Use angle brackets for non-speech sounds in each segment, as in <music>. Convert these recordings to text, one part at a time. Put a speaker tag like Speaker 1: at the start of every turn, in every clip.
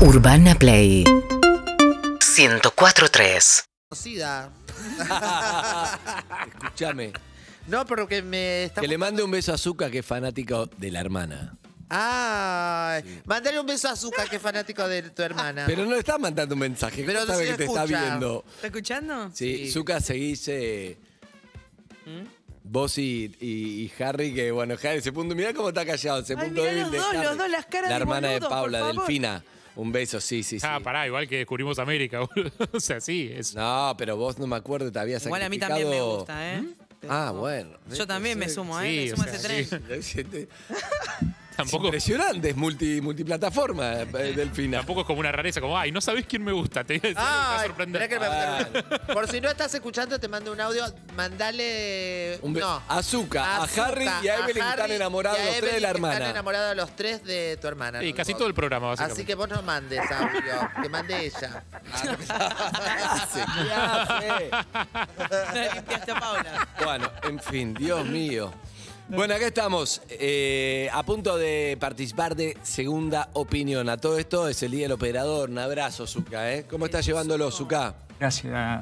Speaker 1: Urbana Play 104.3
Speaker 2: conocida.
Speaker 3: <laughs> Escúchame,
Speaker 2: No, pero que me está.
Speaker 3: que le mande un beso a Zuka que es fanática de la hermana.
Speaker 2: Ay, mandale un beso a Zuka, que es fanático de tu
Speaker 4: Ah.
Speaker 2: hermana.
Speaker 3: Pero no le está mandando un mensaje,
Speaker 2: Pero
Speaker 3: pero
Speaker 2: sí
Speaker 3: sabe que
Speaker 2: lo
Speaker 3: te está
Speaker 2: escucha.
Speaker 3: viendo.
Speaker 4: ¿Está escuchando?
Speaker 3: Sí,
Speaker 2: Sí.
Speaker 3: Zuka seguís eh,
Speaker 4: ¿Mm?
Speaker 3: vos y, y- y Harry, que bueno, Harry se punto. Mirá cómo está callado, se
Speaker 4: Ay,
Speaker 3: punto
Speaker 4: mirá los
Speaker 3: débil de
Speaker 4: dos, los
Speaker 3: Harry.
Speaker 4: dos, las caras
Speaker 3: La
Speaker 4: de
Speaker 3: hermana de
Speaker 4: boludos, por
Speaker 3: Paula,
Speaker 4: favor.
Speaker 3: Delfina. Un beso, sí, sí, sí.
Speaker 5: Ah, pará, igual que descubrimos América, <laughs> boludo. O sea, sí, es.
Speaker 3: No, pero vos no me acuerdo, te habías
Speaker 4: Igual a mí también me
Speaker 3: sacrificado-
Speaker 4: gusta, ¿eh? Te
Speaker 3: Ah,
Speaker 4: sumo.
Speaker 3: bueno.
Speaker 4: Yo
Speaker 3: <laughs>
Speaker 4: también me sumo, ¿eh?
Speaker 5: Sí,
Speaker 4: me
Speaker 5: o
Speaker 4: sumo a
Speaker 5: sea,
Speaker 4: ese tren.
Speaker 5: sí. Tampoco,
Speaker 3: Impresionante, es multi, multiplataforma, eh, Delfina.
Speaker 5: <laughs> tampoco es como una rareza, como, ay, no sabés quién me gusta, te voy a decir, te va
Speaker 2: Ay,
Speaker 5: a
Speaker 2: mirá
Speaker 5: sorprender.
Speaker 2: que me va a
Speaker 3: Ah,
Speaker 2: mandar un- Por si no estás escuchando, te mando un audio. Mandale.
Speaker 3: Un be-
Speaker 2: no.
Speaker 3: a Zuka, a
Speaker 2: Zuka,
Speaker 3: Harry y a Evelyn que están
Speaker 2: Harry
Speaker 3: enamorados
Speaker 2: y a
Speaker 3: los tres de la
Speaker 2: Evelyn que Están
Speaker 3: hermana.
Speaker 2: enamorados los tres de tu hermana.
Speaker 5: Sí,
Speaker 2: no
Speaker 5: casi
Speaker 2: vos.
Speaker 5: todo el programa, básicamente.
Speaker 2: Así que vos no mandes audio, que mande
Speaker 3: <laughs>
Speaker 2: ella.
Speaker 3: ¿Qué hace?
Speaker 4: La limpiaste
Speaker 3: <laughs>
Speaker 4: a Paula.
Speaker 3: Bueno, en fin, Dios mío. Bueno, acá estamos, eh, a punto de participar de Segunda Opinión. A todo esto es el Día del Operador. Un abrazo, Zuka, ¿eh? ¿Cómo estás llevándolo, Zuka?
Speaker 6: Gracias.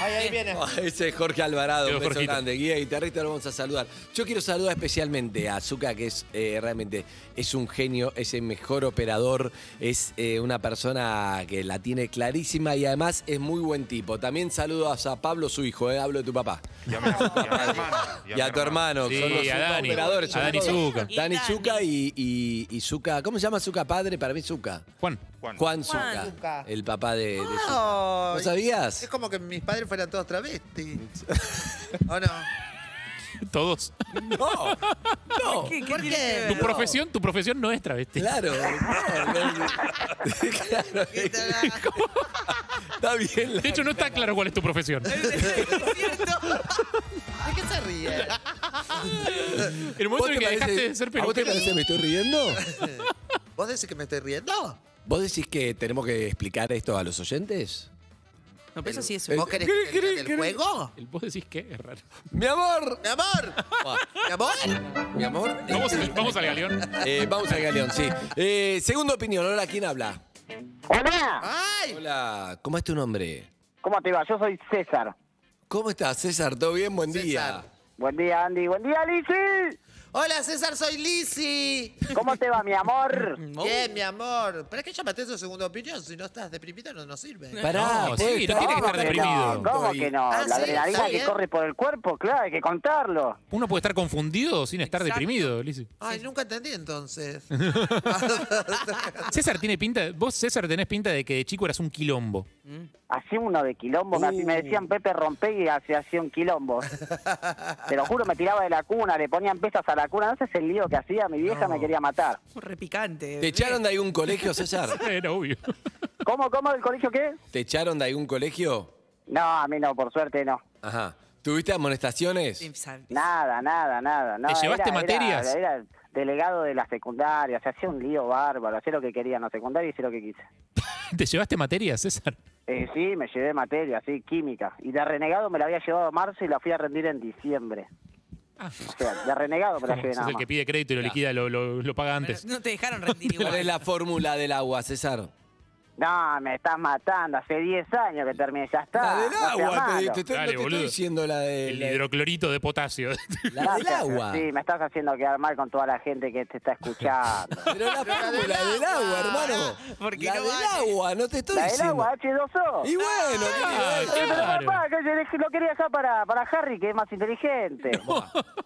Speaker 2: Ay, ahí viene.
Speaker 3: <laughs> Ese es Jorge Alvarado,
Speaker 5: Yo,
Speaker 3: un beso
Speaker 5: Jorgito.
Speaker 3: grande, guía y guitarrista, lo vamos a saludar. Yo quiero saludar especialmente a Zuka, que es eh, realmente es un genio, es el mejor operador, es eh, una persona que la tiene clarísima y además es muy buen tipo. También saludo a Pablo, su hijo, eh, hablo de tu papá.
Speaker 7: Y a mi- y a mi hermana,
Speaker 3: Y a tu hermano, que
Speaker 5: Sí,
Speaker 3: son los
Speaker 5: a
Speaker 3: Zuka
Speaker 5: Dani,
Speaker 3: operadores.
Speaker 5: a Dani Zuka.
Speaker 4: Y
Speaker 3: Dani
Speaker 4: Dani.
Speaker 3: Zuka y, y, y Zuka. ¿Cómo se llama Zuka padre? Para mí Zuka.
Speaker 5: Juan, <laughs>
Speaker 3: Juan
Speaker 7: Juan.
Speaker 4: Juan
Speaker 3: Zuka,
Speaker 2: Zuka.
Speaker 3: el papá de, de Zuka.
Speaker 2: Ay,
Speaker 3: ¿No sabías?
Speaker 2: Es como que mis padres fueran todos travestis.
Speaker 3: <laughs>
Speaker 2: ¿O no?
Speaker 5: todos.
Speaker 3: No, no.
Speaker 4: ¿Qué, qué
Speaker 2: ¿Por
Speaker 4: tiene
Speaker 2: qué?
Speaker 4: que
Speaker 5: Tu
Speaker 4: ver?
Speaker 5: profesión, tu profesión no es
Speaker 3: <laughs>
Speaker 5: travesti.
Speaker 3: Claro, no, no, <laughs> no.
Speaker 5: <laughs>
Speaker 3: Claro, está bien. la-
Speaker 5: De hecho, no está claro cuál es tu
Speaker 2: <laughs>
Speaker 5: profesión.
Speaker 4: Es cierto.
Speaker 2: ¿De qué se ríe?
Speaker 5: El momento en que dejaste de ser
Speaker 3: ¿A vos te
Speaker 5: peluquero.
Speaker 3: parece que me estoy riendo?
Speaker 2: ¿Vos decís que me estoy riendo?
Speaker 3: ¿Vos decís que tenemos que explicar esto a los oyentes?
Speaker 4: No, pero eso sí es
Speaker 3: Eh,
Speaker 2: ¿Vos
Speaker 4: un...
Speaker 2: querés que te diga del juego?
Speaker 5: El vos decís que es raro.
Speaker 3: ¡Mi amor!
Speaker 2: ¡Mi amor! ¡Mi amor!
Speaker 3: ¿Mi amor?
Speaker 5: Vamos, al- vamos al galeón.
Speaker 3: Eh, vamos al galeón, sí. Eh, segunda opinión, hola, ¿quién habla?
Speaker 8: Hola,
Speaker 2: ¡Ay!
Speaker 3: Hola, ¿cómo es tu nombre?
Speaker 8: ¿cómo te va? Yo soy César.
Speaker 3: ¿Cómo estás, César? ¿Todo bien? Buen
Speaker 2: César.
Speaker 3: día.
Speaker 8: Buen día, Andy. Buen día, Lizzy.
Speaker 2: Hola, César, soy Lizzy.
Speaker 8: ¿Cómo te va, mi
Speaker 5: <laughs>
Speaker 8: amor?
Speaker 2: Bien, mi amor. ¿Para qué llamaste eso segunda opinión? Si no estás deprimido no nos sirve.
Speaker 3: Pará,
Speaker 5: No,
Speaker 3: puede
Speaker 5: sí, no tiene que estar
Speaker 8: ¿Cómo que
Speaker 5: deprimido.
Speaker 8: no? ¿Cómo
Speaker 3: Estoy-
Speaker 8: que no?
Speaker 2: Ah,
Speaker 8: La
Speaker 2: sí,
Speaker 8: adrenalina
Speaker 2: está
Speaker 8: que
Speaker 2: bien.
Speaker 8: corre por el cuerpo, claro, hay que contarlo.
Speaker 5: Uno puede estar confundido sin estar deprimido, Lizzy.
Speaker 2: Ay, nunca entendí <laughs> entonces.
Speaker 5: César tiene pinta. Vos, César, tenés pinta de que de chico eras un quilombo.
Speaker 8: Así uno de quilombo, que así
Speaker 5: Uh.
Speaker 8: me decían Pepe rompe y así hacía
Speaker 5: <laughs>
Speaker 8: un quilombo. Te lo juro, me tiraba de la cuna, le ponían pesas a la cuna. No sé si el lío que hacía, mi vieja me quería matar.
Speaker 4: Repicante.
Speaker 3: ¿Te
Speaker 4: <laughs>
Speaker 3: echaron de algún colegio, César?
Speaker 5: Era obvio.
Speaker 8: ¿Cómo, cómo, del colegio qué?
Speaker 3: ¿Te echaron de algún colegio?
Speaker 8: No, a mí no, por suerte no.
Speaker 3: Ajá. ¿Tuviste amonestaciones? <laughs>
Speaker 8: Nada, nada, nada. No,
Speaker 5: ¿Te llevaste
Speaker 8: era-
Speaker 5: materias?
Speaker 8: Era, era delegado de la secundaria, se hacía un lío bárbaro, hacía lo que quería en la secundaria y hice lo que quise.
Speaker 5: ¿Te llevaste materia, César?
Speaker 8: Eh, sí, me llevé materia, sí, química. Y de renegado me la había llevado a marzo y la fui a rendir en diciembre.
Speaker 3: Ah.
Speaker 8: O sea, de renegado
Speaker 3: <laughs>
Speaker 8: me la llevé
Speaker 5: Sos
Speaker 8: nada
Speaker 5: el que
Speaker 8: más.
Speaker 5: pide crédito y lo liquida, lo, lo- lo paga antes.
Speaker 4: Eh, No te dejaron
Speaker 3: <laughs>
Speaker 4: rendir
Speaker 3: ¿Cuál es
Speaker 4: igual.
Speaker 3: la fórmula del agua, César?
Speaker 8: No, me estás matando, hace 10 años que terminé, ya está.
Speaker 3: la del
Speaker 8: no seas
Speaker 3: agua, te-
Speaker 8: malo.
Speaker 3: te, te- no
Speaker 5: Dale,
Speaker 3: te estoy
Speaker 5: boludo.
Speaker 3: diciendo la, de,
Speaker 5: El
Speaker 3: la-
Speaker 5: hidroclorito de potasio. <laughs>
Speaker 3: la del
Speaker 8: Gracias,
Speaker 3: agua.
Speaker 8: Sí, me estás haciendo quedar mal con toda la gente que te está escuchando.
Speaker 3: <laughs> Pero la fórmula del agua, hermano.
Speaker 4: Porque
Speaker 3: la
Speaker 4: no
Speaker 3: del
Speaker 4: vale.
Speaker 3: agua, no te estoy
Speaker 8: la del
Speaker 3: diciendo.
Speaker 8: agua, H2O.
Speaker 3: Y bueno, ¿qué
Speaker 5: Ah,
Speaker 3: tiene que ver?
Speaker 8: Pero
Speaker 5: claro.
Speaker 8: papá, que yo dej- lo quería dejar para, para Harry, que es
Speaker 3: <laughs>
Speaker 8: más inteligente.
Speaker 3: ¿eh?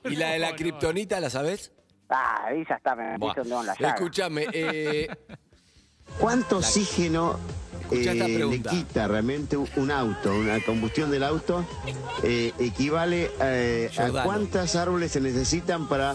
Speaker 3: ¿Y la de la
Speaker 5: No, no.
Speaker 3: kriptonita, la sabes?
Speaker 8: Ah, ahí ya está, me metiste un dedo en la llaga.
Speaker 3: Escúchame, eh,
Speaker 9: ¿Cuánto oxígeno
Speaker 3: Escuchá esta
Speaker 9: eh, le
Speaker 3: pregunta.
Speaker 9: quita realmente un- un auto, una combustión del auto, eh, equivale eh,
Speaker 3: Giordano.
Speaker 9: a cuántas árboles se necesitan para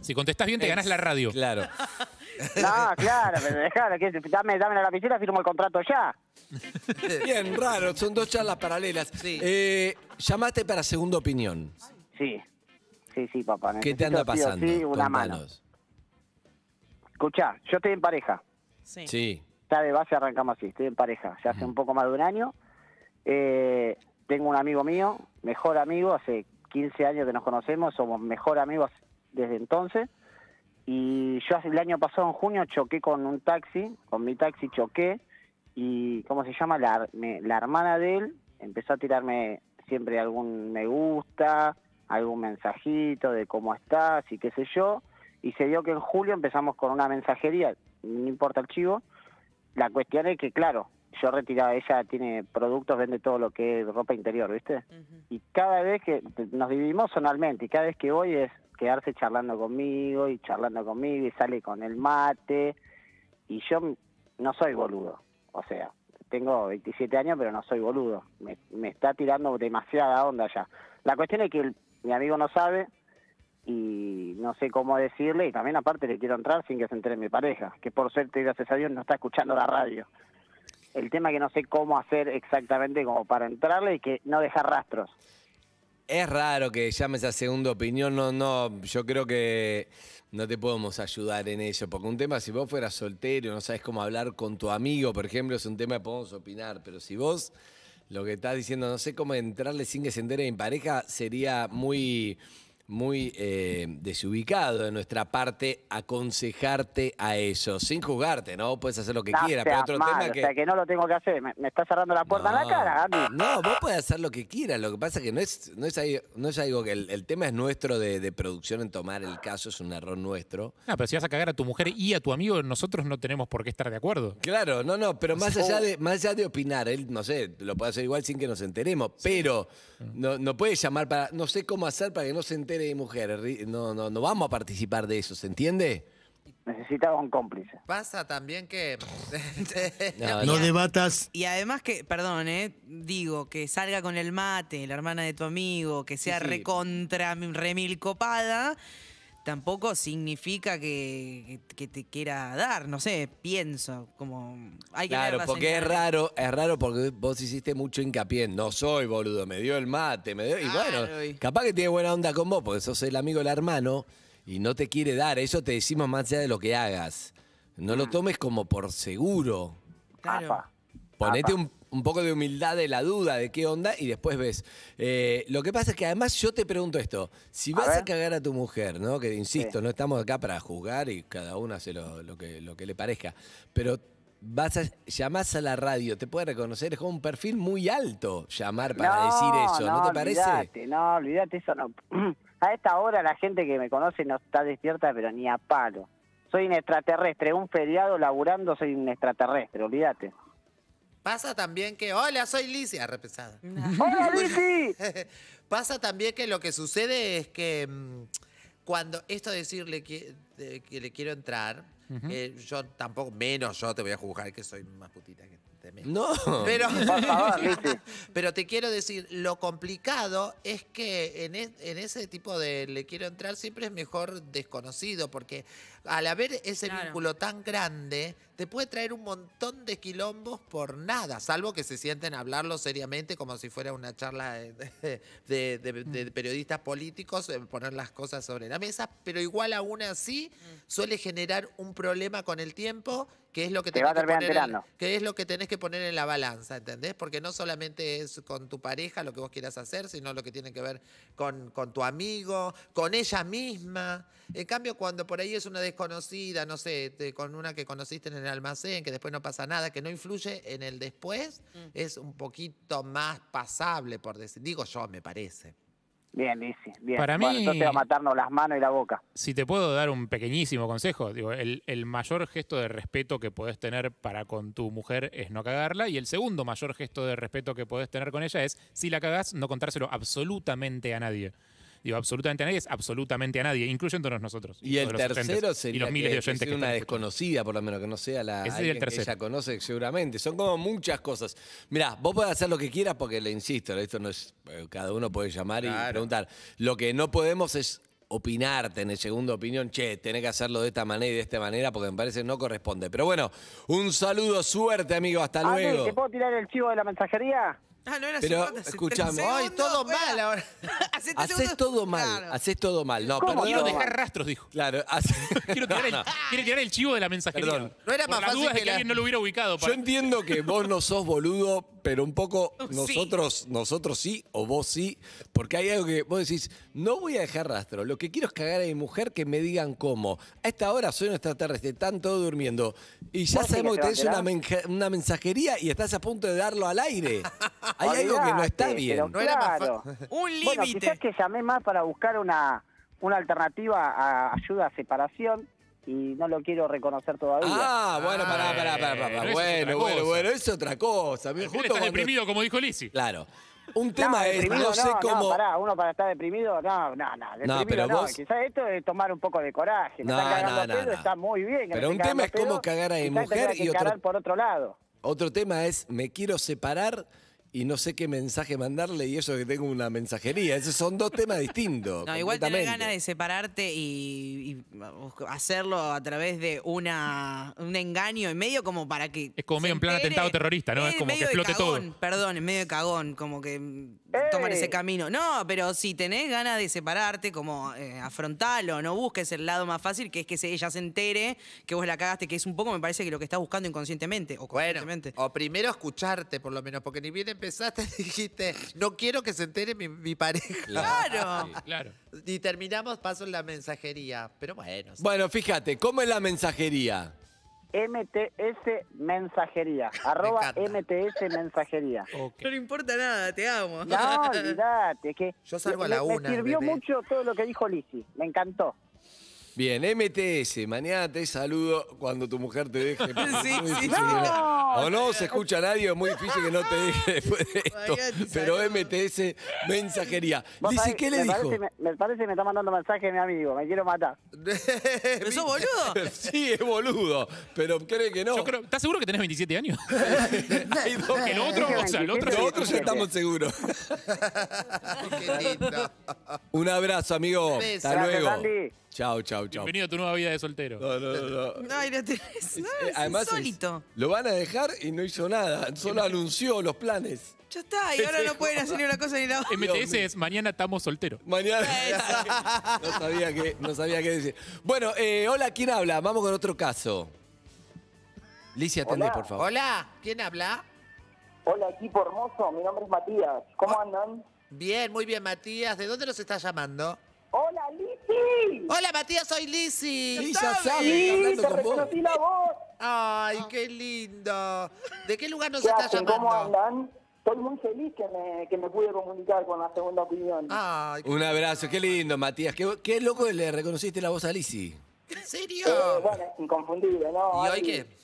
Speaker 5: Si contestás bien, te ganás la radio.
Speaker 3: claro.
Speaker 8: No, claro, pero <laughs> dejalo, que dame, dame la lapicera, firmo el contrato ya.
Speaker 3: Bien, raro, son dos charlas paralelas.
Speaker 4: Sí.
Speaker 3: Eh, llamaste para segunda opinión.
Speaker 8: Sí, sí, sí, papá.
Speaker 3: ¿Qué te
Speaker 8: Ah, necesito
Speaker 3: anda
Speaker 8: sí o
Speaker 3: pasando?
Speaker 8: Sí, una mano.
Speaker 3: Contanos.
Speaker 8: Escuchá, yo estoy en pareja.
Speaker 4: Sí.
Speaker 3: Sí.
Speaker 8: Ya de base arrancamos así, estoy en pareja. Ya hace un poco más de un año. Eh, tengo un amigo mío, mejor amigo, hace 15 años que nos conocemos, somos mejor amigos desde entonces. Y yo hace- el año pasado, en junio, choqué con un taxi, con mi taxi choqué. Y, ¿cómo se llama? La, me- la hermana de él empezó a tirarme siempre algún me gusta, algún mensajito de cómo estás y qué sé yo. Y se dio que en julio empezamos con una mensajería, no importa el chivo. La cuestión es que, claro, yo retiraba, ella tiene productos, vende todo lo que es ropa interior, ¿viste?
Speaker 4: Ujú.
Speaker 8: Y cada vez que nos dividimos zonalmente, y cada vez que voy es quedarse charlando conmigo y charlando conmigo y sale con el mate. Y yo m- no soy boludo, o sea, tengo 27 años, pero no soy boludo. Me, me está tirando demasiada onda ya. La cuestión es que el- mi amigo no sabe y no sé cómo decirle y también aparte le quiero entrar sin que se entere mi pareja, que por suerte, gracias a Dios, no está escuchando la radio. El tema es que no sé cómo hacer exactamente como para entrarle y que no dejar rastros.
Speaker 3: Es raro que llames a segunda opinión, no, no, yo creo que no te podemos ayudar en eso, porque un tema, si vos fueras soltero, no sabes cómo hablar con tu amigo, por ejemplo, es un tema que podemos opinar, pero si vos lo que estás diciendo, no sé cómo entrarle sin que se entere en pareja, sería muy, muy eh, desubicado de nuestra parte aconsejarte a eso, sin juzgarte, ¿no? Puedes hacer lo que
Speaker 8: No
Speaker 3: quieras,
Speaker 8: seas
Speaker 3: pero otro
Speaker 8: malo,
Speaker 3: tema que...
Speaker 8: O sea, que no lo tengo que hacer. Me, me está cerrando la puerta en la cara, Andy.
Speaker 3: No, vos podés hacer lo que quieras. Lo que pasa es que no es, no es, ahí- no es algo que el, el tema es nuestro de, de producción en tomar el caso, es un error nuestro.
Speaker 5: No, pero si vas a cagar a tu mujer y a tu amigo, nosotros no tenemos por qué estar de acuerdo.
Speaker 3: Claro, no, no, pero más allá
Speaker 8: <laughs>
Speaker 3: de, más allá de opinar, él, no sé, lo puede hacer igual sin que nos enteremos, pero no, no puede llamar para, no sé cómo hacer para que no se entere mi mujer. Ri- No, no, no vamos a participar de eso, ¿se entiende?
Speaker 8: Necesitaba un cómplice.
Speaker 2: Pasa también <laughs> que.
Speaker 10: No
Speaker 3: No, no.
Speaker 10: debatas.
Speaker 4: Y además que, perdón, ¿eh? digo, que salga con el mate, la hermana de tu amigo, que sea
Speaker 3: Sí, sí.
Speaker 4: recontra, remil copada, tampoco significa que, que- que te quiera dar, no sé, pienso, como hay que ¿eh?
Speaker 3: Claro,
Speaker 4: leer las
Speaker 3: porque es
Speaker 4: señales.
Speaker 3: raro, es raro porque vos hiciste mucho hincapié en no soy boludo, me dio el mate, me dio. Y
Speaker 4: Claro,
Speaker 3: bueno,
Speaker 4: y-
Speaker 3: capaz que tiene buena onda con vos, porque sos el amigo del hermano y no te quiere dar. Eso te decimos más allá de lo que hagas. No
Speaker 4: Ah.
Speaker 3: lo tomes como por seguro.
Speaker 4: Claro.
Speaker 8: Apa.
Speaker 3: Ponete un, un poco de humildad de la duda de qué onda y después ves. Eh, lo que pasa es que además yo te pregunto esto: si
Speaker 8: A
Speaker 3: vas a,
Speaker 8: ver.
Speaker 3: cagar a tu mujer, ¿no? Que insisto,
Speaker 8: Sí.
Speaker 3: no estamos acá para juzgar y cada uno hace lo, lo que, lo que le parezca. Pero vas a llamás a la radio, te puede reconocer, es como un perfil muy alto llamar para decir eso, ¿no, te parece?
Speaker 8: olvidate, no, olvídate, eso no. <clears throat> A esta hora la gente que me conoce no está despierta, pero ni a palo. Soy un extraterrestre, un feriado laburando soy un extraterrestre, olvídate.
Speaker 2: Pasa también que. Hola, soy Ah, Licia, repesada. Ah,
Speaker 8: ¡Hola, Lizzy!
Speaker 2: Pasa también que lo que sucede es que mm, cuando esto de decirle que, de que le quiero entrar, eh, yo tampoco, menos yo te voy a juzgar que soy más putita que te meto.
Speaker 3: No.
Speaker 2: <laughs> Pero,
Speaker 8: Por favor, Lizzy.
Speaker 2: pero te quiero decir, lo complicado es que en, es- en ese tipo de le quiero entrar siempre es mejor desconocido, porque al haber ese
Speaker 4: Claro.
Speaker 2: vínculo tan grande, te puede traer un montón de quilombos por nada, salvo que se sienten a hablarlo seriamente como si fuera una charla de, de- de- de periodistas políticos, eh, poner las cosas sobre la mesa, pero igual aún así suele generar un problema con el tiempo, que es lo que
Speaker 8: Te va a
Speaker 2: tenés que
Speaker 8: terminar
Speaker 2: poner en-
Speaker 8: enterando.
Speaker 2: que es lo que tenés que poner en la balanza, ¿entendés? Porque no solamente es con tu pareja lo que vos quieras hacer, sino lo que tiene que ver con, con tu amigo, con ella misma. En cambio, cuando por ahí es una desconocida, no sé, te- con una que conociste en el almacén, que después no pasa nada, que no influye en el después,
Speaker 8: Mm.
Speaker 2: es un poquito más pasable, por decir. Digo yo, me parece.
Speaker 8: Bien, Lizzy, bien.
Speaker 5: Para mí-
Speaker 8: Bueno, entonces va a matarnos las manos y la boca.
Speaker 5: Si te puedo dar un pequeñísimo consejo, digo, el, el mayor gesto de respeto que podés tener para con tu mujer es no cagarla y el segundo mayor gesto de respeto que podés tener con ella es, si la cagás, no contárselo absolutamente a nadie. Digo, absolutamente a nadie es absolutamente a nadie, incluyéndonos nosotros.
Speaker 3: Y el
Speaker 5: todos los oyentes,
Speaker 3: tercero
Speaker 5: Y
Speaker 3: sería
Speaker 5: los miles
Speaker 3: que-
Speaker 5: de
Speaker 3: que
Speaker 5: oyentes
Speaker 3: sea
Speaker 5: que
Speaker 3: una
Speaker 5: están escuchando.
Speaker 3: desconocida, por lo menos, que no sea la
Speaker 5: Ese sería el
Speaker 3: alguien que
Speaker 5: tercero.
Speaker 3: ella conoce seguramente. Son como muchas cosas. Mirá, vos podés hacer lo que quieras porque, le insisto, esto no es... eh, Cada uno puede llamar y preguntar. Lo que no podemos es opinar, tener segunda opinión, che, tenés que hacerlo de esta manera y de esta manera porque me parece que no corresponde. Pero bueno, un saludo, suerte, amigo, hasta
Speaker 8: Ah,
Speaker 3: luego.
Speaker 8: ¿Te puedo tirar el chivo de la mensajería?
Speaker 4: Ah, no era
Speaker 3: Pero,
Speaker 4: cincuenta, hace
Speaker 3: escuchame.
Speaker 4: treinta
Speaker 2: Ay,
Speaker 4: segundos,
Speaker 2: todo
Speaker 4: fuera.
Speaker 2: mal ahora.
Speaker 4: <laughs> Hace treinta
Speaker 3: Haces
Speaker 4: segundos.
Speaker 3: todo mal,
Speaker 4: Claro.
Speaker 3: haces todo mal. No,
Speaker 8: ¿Cómo?
Speaker 3: perdón.
Speaker 5: Quiero dejar rastros, dijo.
Speaker 3: Claro, <laughs> hace-
Speaker 5: Quiero tirar, el,
Speaker 3: No, no.
Speaker 5: quiere tirar el chivo de la mensajería.
Speaker 3: Perdón.
Speaker 2: No era
Speaker 5: Por
Speaker 2: más
Speaker 5: las
Speaker 2: fácil
Speaker 5: dudas de
Speaker 2: que
Speaker 5: que
Speaker 2: la-
Speaker 5: alguien no lo hubiera ubicado.
Speaker 3: Yo
Speaker 5: para-
Speaker 3: entiendo que vos no sos boludo, pero un
Speaker 5: <laughs>
Speaker 3: poco
Speaker 4: Sí.
Speaker 3: nosotros, nosotros sí, o vos sí, porque hay algo que vos decís, no voy a dejar rastro, lo que quiero es cagar a mi mujer que me digan cómo. A esta hora soy un extraterrestre, están todos durmiendo. Y ya
Speaker 8: ¿Vos sí
Speaker 3: sabemos
Speaker 8: que
Speaker 3: que
Speaker 8: te
Speaker 3: tenés
Speaker 8: vas a
Speaker 3: una, menja- una mensajería y estás a punto de darlo al
Speaker 8: <laughs>
Speaker 3: aire. hay algo que no está
Speaker 8: Olvidate, pero
Speaker 3: bien.
Speaker 2: No era más
Speaker 8: claro.
Speaker 2: <laughs>
Speaker 4: Un
Speaker 8: Bueno,
Speaker 4: límite.
Speaker 8: quizás que llamé más para buscar una, una alternativa a ayuda a separación y no lo quiero reconocer todavía.
Speaker 3: Ah, bueno, pará,
Speaker 5: Ah,
Speaker 3: pará, pará, pará,
Speaker 5: bueno, eso es
Speaker 3: Bueno,
Speaker 5: otra
Speaker 3: bueno,
Speaker 5: cosa.
Speaker 3: bueno, es otra cosa.
Speaker 5: Al
Speaker 3: Justo
Speaker 5: final estás
Speaker 3: cuando-
Speaker 5: deprimido, como dijo Lizzy.
Speaker 3: Claro. Un
Speaker 8: No,
Speaker 3: tema es,
Speaker 8: deprimido
Speaker 3: no sé
Speaker 8: No,
Speaker 3: cómo...
Speaker 8: pará, uno para estar deprimido, no, no, no. Deprimido no,
Speaker 3: pero vos-
Speaker 8: Quizás esto es tomar un poco de coraje.
Speaker 3: No,
Speaker 8: No, están cagando
Speaker 3: no,
Speaker 8: a
Speaker 3: no, no.
Speaker 8: pedo, está muy bien. que
Speaker 3: Pero
Speaker 8: me
Speaker 3: un
Speaker 8: estén
Speaker 3: tema
Speaker 8: cagando
Speaker 3: es cómo
Speaker 8: pedo,
Speaker 3: cagar a mi
Speaker 8: quizás
Speaker 3: mujer
Speaker 8: tenía que
Speaker 3: y otro-
Speaker 8: cagar por otro lado.
Speaker 3: Otro tema es, me quiero separar y no sé qué mensaje mandarle y eso que tengo una mensajería. Esos son dos temas distintos.
Speaker 4: <laughs> No, igual tener
Speaker 3: completamente.
Speaker 4: ganas de separarte y, y hacerlo a través de una, un engaño en medio como para que...
Speaker 5: Es como
Speaker 4: se
Speaker 5: medio en plan
Speaker 4: entere.
Speaker 5: atentado terrorista, ¿no?
Speaker 4: Eh,
Speaker 5: Es
Speaker 4: en
Speaker 5: como que
Speaker 4: medio de
Speaker 5: explote todo.
Speaker 4: cagón, Perdón, en medio de cagón, como que mm, toman
Speaker 8: ¡Ey!
Speaker 4: ese camino. No, pero si tenés ganas de separarte, como eh, afrontalo, no busques el lado más fácil, que es que se- ella se entere que vos la cagaste, que es un poco, me parece, que lo que estás buscando inconscientemente o
Speaker 2: Bueno,
Speaker 4: conscientemente.
Speaker 2: o primero escucharte, por lo menos, porque ni bien empezaste <laughs> dijiste, no quiero que se entere mi, mi pareja.
Speaker 4: ¡Claro!
Speaker 5: Claro.
Speaker 2: Y terminamos paso en la mensajería. Pero bueno, sí.
Speaker 3: Bueno, fíjate, ¿cómo es la mensajería?
Speaker 8: MTS
Speaker 3: <laughs>
Speaker 8: Mensajería. Arroba
Speaker 2: encanta.
Speaker 8: MTS Mensajería.
Speaker 5: Ok.
Speaker 4: No le importa nada, te amo.
Speaker 8: No, olvidate, es que
Speaker 2: Yo salgo a
Speaker 8: me-
Speaker 2: la
Speaker 8: me,
Speaker 2: una,
Speaker 8: sirvió
Speaker 2: bebé.
Speaker 8: mucho todo lo que dijo Lisi, me encantó.
Speaker 3: Bien, MTS, mañana te saludo cuando tu mujer te deje. porque es
Speaker 4: <laughs> Sí,
Speaker 3: muy
Speaker 4: sí,
Speaker 3: difícil
Speaker 4: sí.
Speaker 3: que
Speaker 8: No.
Speaker 3: o no se escucha a nadie, es muy difícil que no te
Speaker 4: <laughs>
Speaker 3: deje después de esto.
Speaker 4: Mañana te
Speaker 3: Pero
Speaker 4: saludo.
Speaker 3: MTS, mensajería.
Speaker 8: Vos
Speaker 3: Dice,
Speaker 8: sabés,
Speaker 3: ¿qué le
Speaker 8: me
Speaker 3: dijo?
Speaker 8: Parece, me, me parece que me está mandando mensaje mi amigo, me quiero matar.
Speaker 4: ¿Pero sos boludo?
Speaker 3: <laughs> Sí, es boludo, pero cree que no.
Speaker 5: Yo creo, ¿Estás seguro que tenés 27
Speaker 3: <laughs>
Speaker 5: años?
Speaker 3: Hay dos-
Speaker 5: El otro, o sea, el otro.
Speaker 3: Los otros ya estamos seguros.
Speaker 2: Qué
Speaker 3: <laughs>
Speaker 2: lindo.
Speaker 3: Un abrazo, amigo.
Speaker 2: Beso.
Speaker 3: Hasta
Speaker 8: Gracias,
Speaker 3: luego.
Speaker 8: Andy.
Speaker 3: Chao, chao, chao.
Speaker 5: <laughs> Bienvenido a tu nueva vida de soltero.
Speaker 3: No, no, no, no.
Speaker 4: Ay, <laughs> no tenés. No,
Speaker 3: Eh,
Speaker 4: Ah, es insólito.
Speaker 3: es- lo van a dejar y no hizo nada. Solo anunció los planes.
Speaker 4: Ya está, y ahora no pueden hacer ni una cosa ni la
Speaker 8: <laughs>
Speaker 4: otra.
Speaker 5: MTS es mañana estamos solteros.
Speaker 3: Mañana. <laughs> no, sabía qué, no sabía qué decir. Bueno, eh, hola, ¿quién habla? Vamos con otro caso. Licia, atendés,
Speaker 8: Hola.
Speaker 3: por favor.
Speaker 2: Hola, ¿quién habla?
Speaker 8: Hola equipo hermoso, mi nombre es Matías, ¿cómo andan?
Speaker 2: Bien, muy bien, Matías. ¿De dónde nos estás llamando?
Speaker 8: Hola Lisi,
Speaker 2: Hola, Matías, soy Lizzy.
Speaker 3: Licia sabe, está
Speaker 8: sí,
Speaker 3: hablando
Speaker 8: te
Speaker 3: con vos.
Speaker 8: reconocí la voz.
Speaker 2: Ay, qué lindo. ¿De qué lugar nos
Speaker 8: ¿Qué
Speaker 2: estás
Speaker 8: hacen? ¿Cómo
Speaker 2: llamando?
Speaker 8: andan? Estoy muy feliz que me, que me pude comunicar con la segunda opinión.
Speaker 3: Ah,
Speaker 2: Ay,
Speaker 3: Un abrazo, qué lindo, Matías. Qué, qué loco que le reconociste la voz a Lici.
Speaker 2: ¿en
Speaker 8: Eh,
Speaker 2: serio?
Speaker 8: bueno, es inconfundible, ¿no?
Speaker 2: ¿Y
Speaker 8: Andy?
Speaker 2: hoy qué?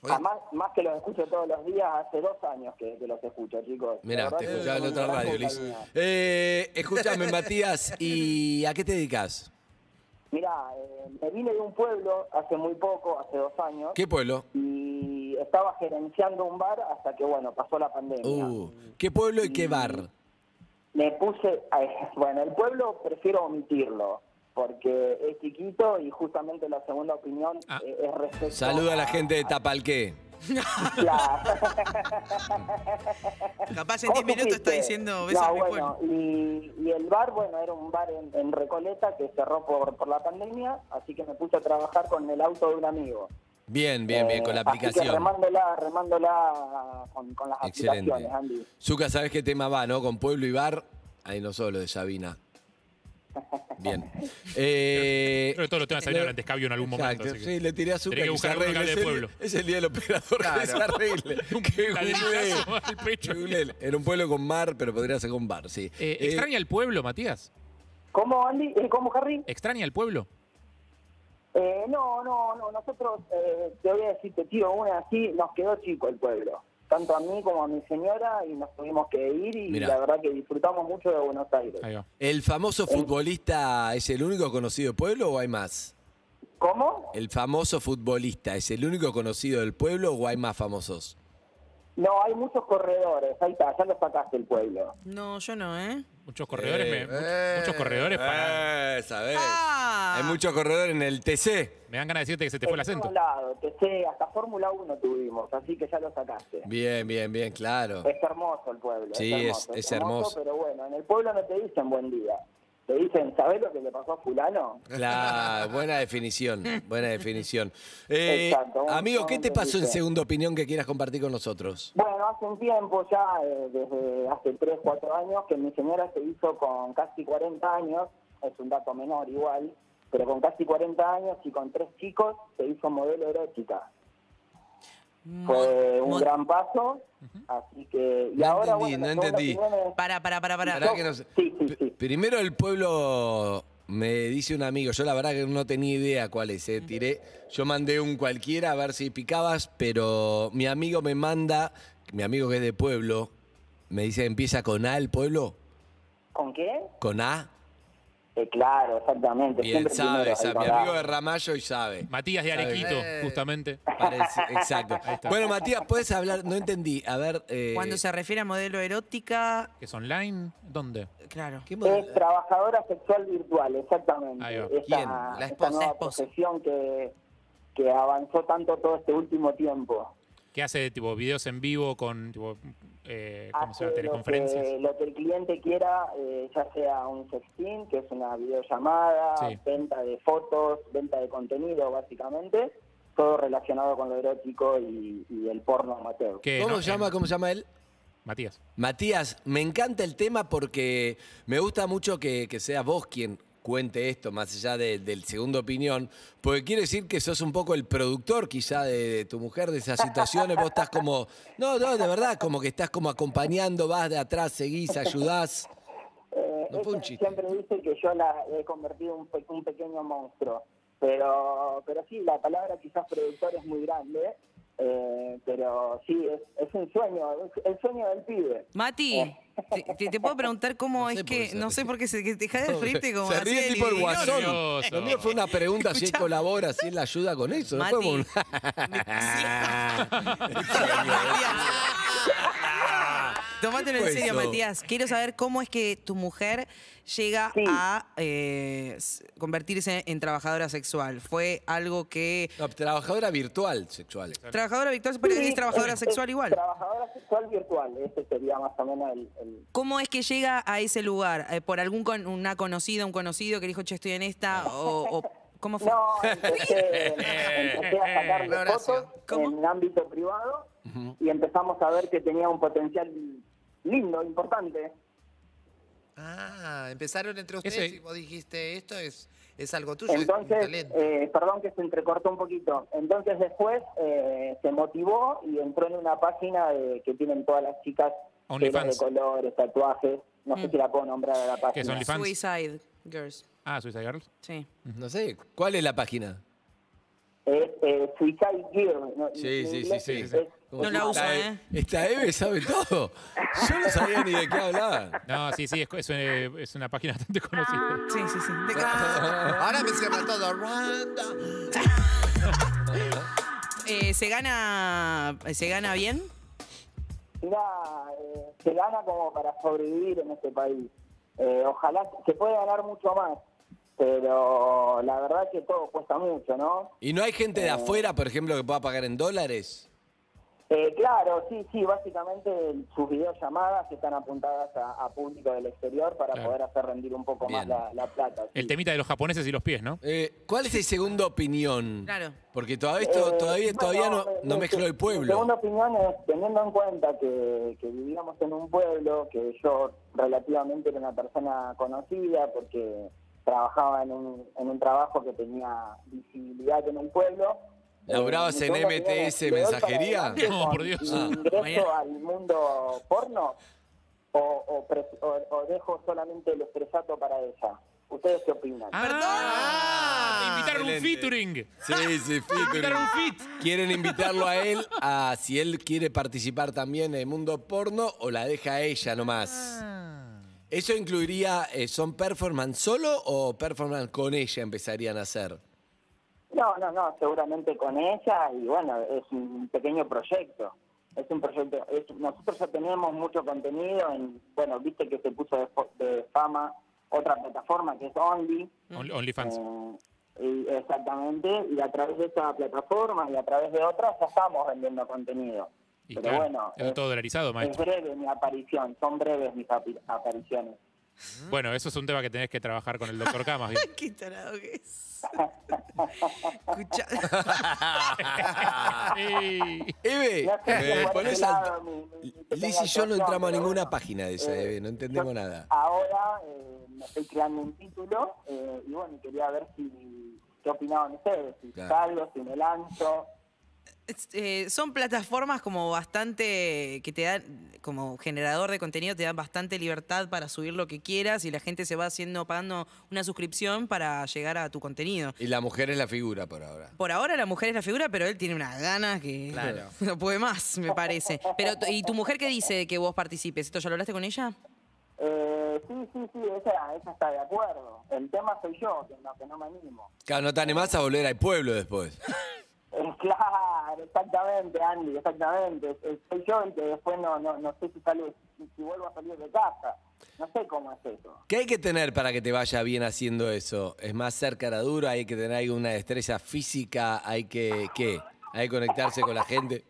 Speaker 2: Hoy-
Speaker 8: Además, más que los escucho todos los días, hace dos años que, que los escucho, chicos.
Speaker 3: Mirá,
Speaker 8: La
Speaker 3: te
Speaker 8: verdad que
Speaker 3: escuchaba en
Speaker 8: son
Speaker 3: otra
Speaker 8: una gran
Speaker 3: radio, Liz.
Speaker 8: compañía.
Speaker 3: Eh, escúchame, Matías, ¿y a qué te dedicas?
Speaker 8: Mirá, eh, me vine de un pueblo hace muy poco, hace dos años,
Speaker 3: ¿Qué pueblo?
Speaker 8: y estaba gerenciando un bar hasta que, bueno, pasó la pandemia.
Speaker 3: Uh, ¿Qué pueblo y qué bar?
Speaker 8: Me puse, bueno, el pueblo prefiero omitirlo, porque es chiquito y justamente la segunda opinión
Speaker 5: Ah.
Speaker 8: eh, es respecto
Speaker 3: Saluda a la gente de Tapalqué.
Speaker 8: <laughs> Claro.
Speaker 4: Capaz en
Speaker 8: ¿Cómo
Speaker 4: 10 minutos está
Speaker 8: supiste?
Speaker 4: diciendo pues". beso
Speaker 8: no,
Speaker 4: a mi
Speaker 8: bueno,
Speaker 4: pueblo.
Speaker 8: y, y el bar, bueno, era un bar en, en Recoleta que cerró por, por la pandemia, así que me puse a trabajar con el auto de un amigo.
Speaker 3: Bien, bien, bien,
Speaker 8: Eh,
Speaker 3: con la
Speaker 8: Así que
Speaker 3: aplicación.
Speaker 8: remándola, remándola con, con las
Speaker 3: Excelente.
Speaker 8: aplicaciones, Andy.
Speaker 3: Zuka, ¿sabes qué tema va, no? Con pueblo y bar. Ahí no solo de Sabina.
Speaker 8: <laughs>
Speaker 3: Bien. Eh,
Speaker 5: Creo que todos los temas salieron antes cabio en algún momento.
Speaker 3: Exacto,
Speaker 5: así que-
Speaker 3: Sí, le tiré a Zuka
Speaker 5: Tenés que
Speaker 3: que se
Speaker 5: buscar uno que
Speaker 3: arregle.
Speaker 5: hable
Speaker 3: Es
Speaker 5: de
Speaker 3: el-
Speaker 5: pueblo.
Speaker 3: Es el día del operador que se
Speaker 5: <laughs>
Speaker 3: arregle. Que
Speaker 5: La
Speaker 3: google.
Speaker 5: dedicación al pecho.
Speaker 3: Que google. Era un pueblo con mar, pero podría ser con bar, sí.
Speaker 5: Eh,
Speaker 3: Eh,
Speaker 5: ¿Extraña el pueblo, Matías?
Speaker 8: ¿Cómo, Andy? Eh, ¿Cómo, Harry?
Speaker 5: ¿Extraña el pueblo?
Speaker 8: Eh, no, no, no. Nosotros, eh, te voy a decir, te tiro una así, nos quedó chico el pueblo. Tanto a mí como a mi señora, y nos tuvimos que ir, y
Speaker 3: Mirá.
Speaker 8: la verdad que disfrutamos mucho de Buenos Aires.
Speaker 5: Ahí va.
Speaker 3: ¿El famoso futbolista es el único conocido del pueblo o hay más?
Speaker 8: ¿Cómo?
Speaker 3: Eh. ¿El famoso futbolista es el único conocido del pueblo o hay más famosos?
Speaker 8: No, hay muchos corredores. Ahí está, ya lo sacaste el pueblo.
Speaker 4: No, yo no, ¿eh?
Speaker 5: Muchos corredores, me-
Speaker 3: Eh,
Speaker 5: muchos- muchos corredores para-
Speaker 3: Eh, ¿sabés?
Speaker 4: Ah.
Speaker 3: Hay mucho corredor en el TC.
Speaker 5: Me dan ganas de decirte que se te fue el acento.
Speaker 8: Al lado, te sé, hasta Fórmula 1 tuvimos, así que ya lo sacaste.
Speaker 3: Bien, bien, bien, claro.
Speaker 8: Es hermoso el pueblo.
Speaker 3: Sí, es-
Speaker 8: es hermoso,
Speaker 3: es hermoso.
Speaker 8: Pero bueno, en el pueblo no te dicen buen día. Te dicen, ¿sabés lo que le pasó a fulano?
Speaker 3: Claro, buena definición, buena definición. Eh,
Speaker 8: Exacto, un-
Speaker 3: amigo, ¿qué
Speaker 8: un
Speaker 3: te pasó en
Speaker 8: besito.
Speaker 3: segunda opinión que quieras compartir con nosotros?
Speaker 8: Bueno, hace un tiempo ya, eh, desde hace 3, 4 años, que mi señora se hizo con casi 40 años, es un dato menor igual, pero con casi 40 años y con tres chicos se hizo modelo erótica.
Speaker 4: Mm.
Speaker 8: Fue un
Speaker 4: Mo-
Speaker 8: gran paso, así que... Y
Speaker 3: No entendí,
Speaker 8: ahora,
Speaker 3: no
Speaker 8: bueno, las segundas
Speaker 3: entendí.
Speaker 8: opiniones-
Speaker 4: Para, para, para, para.
Speaker 3: Pará que no sé.
Speaker 8: Sí, sí,
Speaker 3: P-
Speaker 8: sí.
Speaker 3: Primero el pueblo me dice un amigo, yo la verdad que no tenía idea cuál es, eh, tiré, yo mandé un cualquiera a ver si picabas, pero mi amigo me manda, mi amigo que es de pueblo, me dice empieza con A el pueblo,
Speaker 8: ¿Con qué?
Speaker 3: con A,
Speaker 8: Eh, claro, exactamente.
Speaker 3: bien
Speaker 8: siempre
Speaker 3: sabe,
Speaker 8: primero,
Speaker 3: sabe, mi
Speaker 8: ahí va.
Speaker 3: amigo de Ramallo y sabe.
Speaker 5: Matías de
Speaker 3: Sabe.
Speaker 5: Arequito,
Speaker 2: Eh.
Speaker 5: justamente.
Speaker 3: Parece- exacto.
Speaker 5: <laughs> Ahí está.
Speaker 3: Bueno, Matías, puedes hablar, no entendí, a ver. eh,
Speaker 4: Cuando se refiere a modelo erótica,
Speaker 5: ¿Que es online? ¿Dónde?
Speaker 4: claro.
Speaker 3: ¿qué modelo?
Speaker 8: Es trabajadora sexual virtual, exactamente.
Speaker 5: Ahí va.
Speaker 8: Esta-
Speaker 3: ¿Quién? La
Speaker 8: esta
Speaker 2: esposa,
Speaker 8: nueva
Speaker 4: la esposa.
Speaker 8: profesión que, que avanzó tanto todo este último tiempo.
Speaker 5: ¿Qué hace tipo videos en vivo con tipo, eh, ¿cómo se llama?
Speaker 8: Hace lo
Speaker 5: teleconferencias?
Speaker 8: que, lo que el cliente quiera, eh, ya sea un sexting, que es una videollamada,
Speaker 5: Sí.
Speaker 8: venta de fotos, venta de contenido, básicamente, todo relacionado con lo erótico y, y el porno amateur.
Speaker 5: ¿Qué,
Speaker 3: ¿Cómo
Speaker 5: no? eh,
Speaker 3: se llama?
Speaker 5: En-
Speaker 3: ¿Cómo se llama él?
Speaker 5: Matías.
Speaker 3: Matías, me encanta el tema porque me gusta mucho que, que seas vos quien cuente esto, más allá de- del segundo opinión, porque quiere decir que sos un poco el productor quizá de, de tu mujer, de esas situaciones, vos estás como, no, no, de verdad, como que estás como acompañando, vas de atrás, seguís, ayudás.
Speaker 8: Eh,
Speaker 3: No fue un
Speaker 8: ella
Speaker 3: chiste.
Speaker 8: Siempre dice que yo la he convertido en un, pe- un pequeño monstruo. Pero, pero sí, la palabra quizás productor es muy grande. eh, pero sí, es, es un sueño, es el sueño del pibe.
Speaker 4: Mati,
Speaker 8: Eh.
Speaker 4: te, te- te puedo preguntar
Speaker 3: No
Speaker 4: cómo
Speaker 3: sé
Speaker 4: es
Speaker 3: por qué
Speaker 4: que.
Speaker 3: se
Speaker 4: No
Speaker 3: ríe.
Speaker 4: sé por qué se,
Speaker 3: <laughs>
Speaker 4: que deja de reírte como.
Speaker 3: se
Speaker 4: así
Speaker 3: ríe
Speaker 4: del
Speaker 3: tipo el
Speaker 4: idiota.
Speaker 3: guasón.
Speaker 5: Nervioso.
Speaker 3: Lo Ah, mío fue una pregunta si él
Speaker 4: Escuchá.
Speaker 3: colabora, si él ayuda con eso. no
Speaker 4: Mati.
Speaker 3: fue como una- <laughs>
Speaker 4: <laughs> Tomátelo en
Speaker 3: fue
Speaker 4: serio,
Speaker 3: eso?
Speaker 4: Matías. Quiero saber cómo es que tu mujer llega
Speaker 8: Sí.
Speaker 4: a eh, s- convertirse en trabajadora sexual. ¿Fue algo que.
Speaker 3: No, trabajadora virtual sexual.
Speaker 4: Trabajadora virtual, pero es trabajadora
Speaker 8: es-
Speaker 4: sexual
Speaker 8: es
Speaker 4: igual.
Speaker 8: Trabajadora sexual virtual, ese sería más o menos el. el-
Speaker 4: ¿Cómo es que llega a ese lugar? Eh, ¿Por algún con- una conocida, un conocido que le dijo, che, estoy en esta? ¿O, o cómo <laughs> fue? Eh,
Speaker 8: No, empecé, empecé a sacarle
Speaker 2: Horacio,
Speaker 8: fotos
Speaker 4: ¿cómo?
Speaker 8: en el ámbito privado y empezamos a ver que tenía un potencial lindo, importante.
Speaker 2: Ah, empezaron entre ustedes
Speaker 5: Ese-
Speaker 2: y vos dijiste, esto es, es algo tuyo, es un
Speaker 8: Entonces,
Speaker 2: talento.
Speaker 8: eh, perdón que se entrecortó un poquito. Entonces después eh, se motivó y entró en una página de- que tienen todas las chicas
Speaker 5: OnlyFans.
Speaker 8: llenas de colores, tatuajes. No sé si la puedo nombrar a la
Speaker 5: ¿Qué es
Speaker 8: página.
Speaker 5: OnlyFans?
Speaker 4: Suicide Girls.
Speaker 5: Ah, Suicide Girls.
Speaker 4: Sí.
Speaker 3: No sé, ¿cuál es la página?
Speaker 8: Es eh, Suicide Girl. ¿no?
Speaker 3: Sí,
Speaker 8: En
Speaker 3: sí,
Speaker 8: inglés
Speaker 3: sí, sí.
Speaker 8: es-
Speaker 3: ¿Cómo
Speaker 4: No
Speaker 8: es
Speaker 3: se
Speaker 4: la
Speaker 3: llama? Esta-
Speaker 4: uso,
Speaker 8: una-
Speaker 4: ¿eh?
Speaker 3: Esta e-, Eve sabe todo. Yo no sabía ni de qué hablaba.
Speaker 5: No, sí, sí, es, es, eh, es una página <laughs> bastante
Speaker 8: Ah.
Speaker 5: conocida.
Speaker 4: Sí, sí, sí. De-
Speaker 3: <laughs>
Speaker 2: Ahora me cierra todo. Ruanda.
Speaker 4: Eh, ¿se, gana, eh, ¿Se gana bien?
Speaker 8: Mira, eh, se gana como para sobrevivir en este país. Eh, ojalá se puede ganar mucho más, pero la verdad que todo cuesta mucho, ¿no?
Speaker 3: ¿Y no hay gente de afuera, por ejemplo, que pueda pagar en dólares?
Speaker 8: Eh, claro, sí, sí, básicamente sus videollamadas están apuntadas a, a público del exterior para
Speaker 5: Claro.
Speaker 8: poder hacer rendir un poco más
Speaker 3: Bien.
Speaker 8: la, la plata. sí.
Speaker 5: El temita de los japoneses y los pies, ¿no?
Speaker 3: Eh, ¿Cuál es tu segunda opinión?
Speaker 4: Claro.
Speaker 3: Porque todavía, esto-
Speaker 8: Eh,
Speaker 3: todavía,
Speaker 8: bueno,
Speaker 3: todavía no,
Speaker 8: eh,
Speaker 3: no
Speaker 8: mi-
Speaker 3: mezcló el
Speaker 8: Mi segunda
Speaker 3: pueblo.
Speaker 8: opinión es, teniendo en cuenta que, que vivíamos en un pueblo, que yo relativamente era una persona conocida porque trabajaba en un, en un trabajo que tenía visibilidad en el pueblo. eh,
Speaker 3: ¿Laburabas
Speaker 8: mi
Speaker 3: en
Speaker 8: segunda opinión
Speaker 3: MTS
Speaker 8: es, ¿le doy para
Speaker 3: mensajería?
Speaker 8: adelante
Speaker 5: No, <laughs>
Speaker 8: con
Speaker 5: por Dios.
Speaker 8: mi
Speaker 3: Ah.
Speaker 8: ingreso al mundo porno o, o pre- o- o dejo solamente el estrellato para ella? ¿Ustedes qué opinan?
Speaker 5: ¡Ah! Invitaron un
Speaker 3: excelente.
Speaker 5: featuring.
Speaker 3: Sí, sí,
Speaker 4: Ah,
Speaker 3: featuring.
Speaker 5: Invitaron un fit.
Speaker 3: ¿Quieren invitarlo a él a si él quiere participar también en el mundo porno o la deja a ella nomás?
Speaker 4: Ah.
Speaker 3: ¿Eso incluiría, eh, son performance solo o performance con ella empezarían a hacer?
Speaker 8: No, no, no, seguramente con ella y bueno, es un pequeño proyecto. Es un proyecto, es- nosotros ya tenemos mucho contenido, en, bueno, viste que se puso de, fo- de fama otra plataforma que es Only,
Speaker 5: Only- OnlyFans.
Speaker 8: eh, y- exactamente, y a través de esa plataforma y a través de otras ya estamos vendiendo contenido.
Speaker 5: Y
Speaker 8: Pero
Speaker 5: claro,
Speaker 8: bueno, eh,
Speaker 5: está
Speaker 8: es-
Speaker 5: todo dolarizado,
Speaker 8: es
Speaker 5: maestro.
Speaker 8: breve mi aparición, son breves mis api- apariciones. eh.
Speaker 5: Bueno, eso es un tema que tenés que trabajar con el doctor K más bien.
Speaker 8: <laughs>
Speaker 4: Qué tarado que es. Escucha.
Speaker 5: Sí.
Speaker 3: <laughs> Eve,
Speaker 8: No sé si
Speaker 3: me
Speaker 8: por
Speaker 3: eh, pones
Speaker 8: ese
Speaker 3: al-
Speaker 8: lado mi- mi- mi
Speaker 3: Liz y yo no
Speaker 8: situación,
Speaker 3: entramos a
Speaker 8: pero
Speaker 3: ninguna
Speaker 8: bueno,
Speaker 3: página de esa,
Speaker 8: eh,
Speaker 3: Eve, no entendemos
Speaker 8: yo
Speaker 3: nada.
Speaker 8: Ahora eh, me estoy creando un título eh, y bueno, quería ver si qué opinaban ustedes, si
Speaker 3: Claro.
Speaker 8: salgo, si me lanzo.
Speaker 4: Es- eh, son plataformas como bastante que te dan como generador de contenido te dan bastante libertad para subir lo que quieras y la gente se va haciendo pagando una suscripción para llegar a tu contenido.
Speaker 3: Y la mujer es la figura por ahora.
Speaker 4: Por ahora la mujer es la figura, pero él tiene unas ganas que
Speaker 2: Claro.
Speaker 4: <laughs> no puede más, me parece. Pero t- y tu mujer qué dice de que vos participes? ¿Esto ya lo hablaste con ella?
Speaker 8: Eh, sí, sí, sí, ella, ella está de acuerdo. El tema soy yo, que no, que no me animo.
Speaker 3: Claro, no te animás a volver al pueblo después.
Speaker 8: Eh, <laughs> claro, exactamente, Andy, exactamente. Eh, Soy yo el que después no, no, no sé si, salgo, si, si vuelvo a salir de casa. No sé cómo es eso.
Speaker 3: ¿Qué hay que tener para que te vaya bien haciendo eso? ¿Es más ser cara dura? ¿Hay que tener alguna destreza física? ¿Hay que qué? ¿Hay que conectarse con la gente?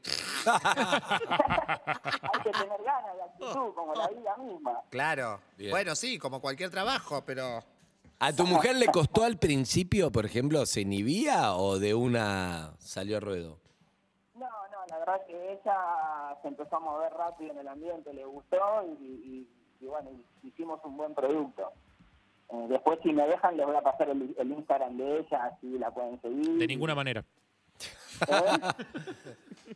Speaker 8: Hay que tener ganas de actitud, como la vida misma.
Speaker 2: Claro.
Speaker 3: Bien.
Speaker 2: Bueno, sí, como cualquier trabajo, pero.
Speaker 3: ¿A tu mujer le costó al principio, por ejemplo, se inhibía o de una salió a ruedo?
Speaker 8: No, no, la verdad que ella se empezó a mover rápido en el ambiente, le gustó y, y- y bueno, hicimos un buen producto. Eh, después, si me dejan, les voy a pasar el, el Instagram de ella, así la pueden seguir.
Speaker 5: De ninguna manera.
Speaker 8: ¿Eh?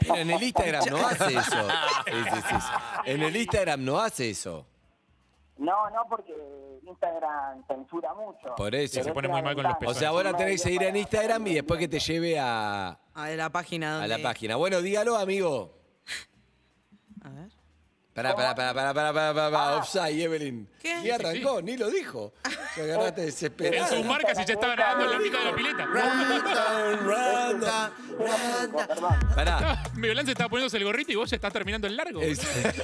Speaker 3: Pero en el Instagram no hace eso. <laughs> Sí, sí, sí, sí. En el Instagram no hace eso.
Speaker 8: No, no, porque Instagram censura mucho.
Speaker 3: Por eso.
Speaker 8: Pero
Speaker 3: Se
Speaker 5: pone
Speaker 8: es
Speaker 5: muy
Speaker 8: una
Speaker 5: mal con los
Speaker 8: ventaja.
Speaker 3: O sea, vos la tenés que seguir en Instagram y después que te lleve a,
Speaker 4: A Ah, la página
Speaker 3: a
Speaker 4: donde...
Speaker 3: la página. Bueno, dígalo, amigo.
Speaker 4: A ver. Ah.
Speaker 3: Pará, pará, pará, pará, pará, pará, pará, pará. offside, Evelyn.
Speaker 4: ¿Qué?
Speaker 3: Ni arrancó, ni lo dijo. Te
Speaker 4: <laughs>
Speaker 3: agarraste
Speaker 5: En sus
Speaker 3: desesperado.
Speaker 5: marcas y ya estaba nadando en la mitad de la <laughs> pileta.
Speaker 3: Pará.
Speaker 5: Violan se Ah, estaba poniéndose el gorrito y vos ya estás terminando el largo.
Speaker 3: Es-
Speaker 5: <laughs>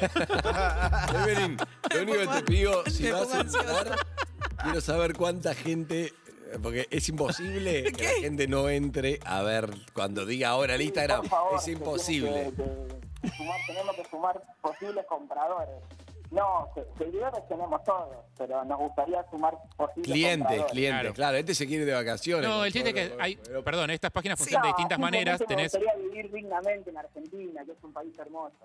Speaker 3: Evelyn, lo único que te pido, si
Speaker 4: Me
Speaker 3: vas
Speaker 4: pongo
Speaker 3: a entrar, quiero saber cuánta gente. Porque es
Speaker 5: <laughs>
Speaker 3: imposible que la gente no entre a ver cuando diga ahora el Instagram.
Speaker 8: Por favor,
Speaker 3: es
Speaker 8: que
Speaker 3: imposible.
Speaker 8: tienen que- que sumar- tenemos que sumar posibles compradores. No, se- seguidores tenemos todos, pero nos gustaría sumar posibles
Speaker 3: Clientes,
Speaker 8: compradores.
Speaker 3: clientes. Claro.
Speaker 5: Claro.
Speaker 3: este se quiere ir de vacaciones.
Speaker 5: No, el
Speaker 3: Con
Speaker 5: chiste es que
Speaker 3: todo lo-
Speaker 5: hay.
Speaker 3: pero-
Speaker 5: Perdón, estas páginas
Speaker 8: No,
Speaker 5: funcionan de distintas
Speaker 8: simplemente
Speaker 5: maneras.
Speaker 8: me
Speaker 5: Tenés.
Speaker 8: gustaría vivir dignamente en Argentina, que es un país hermoso.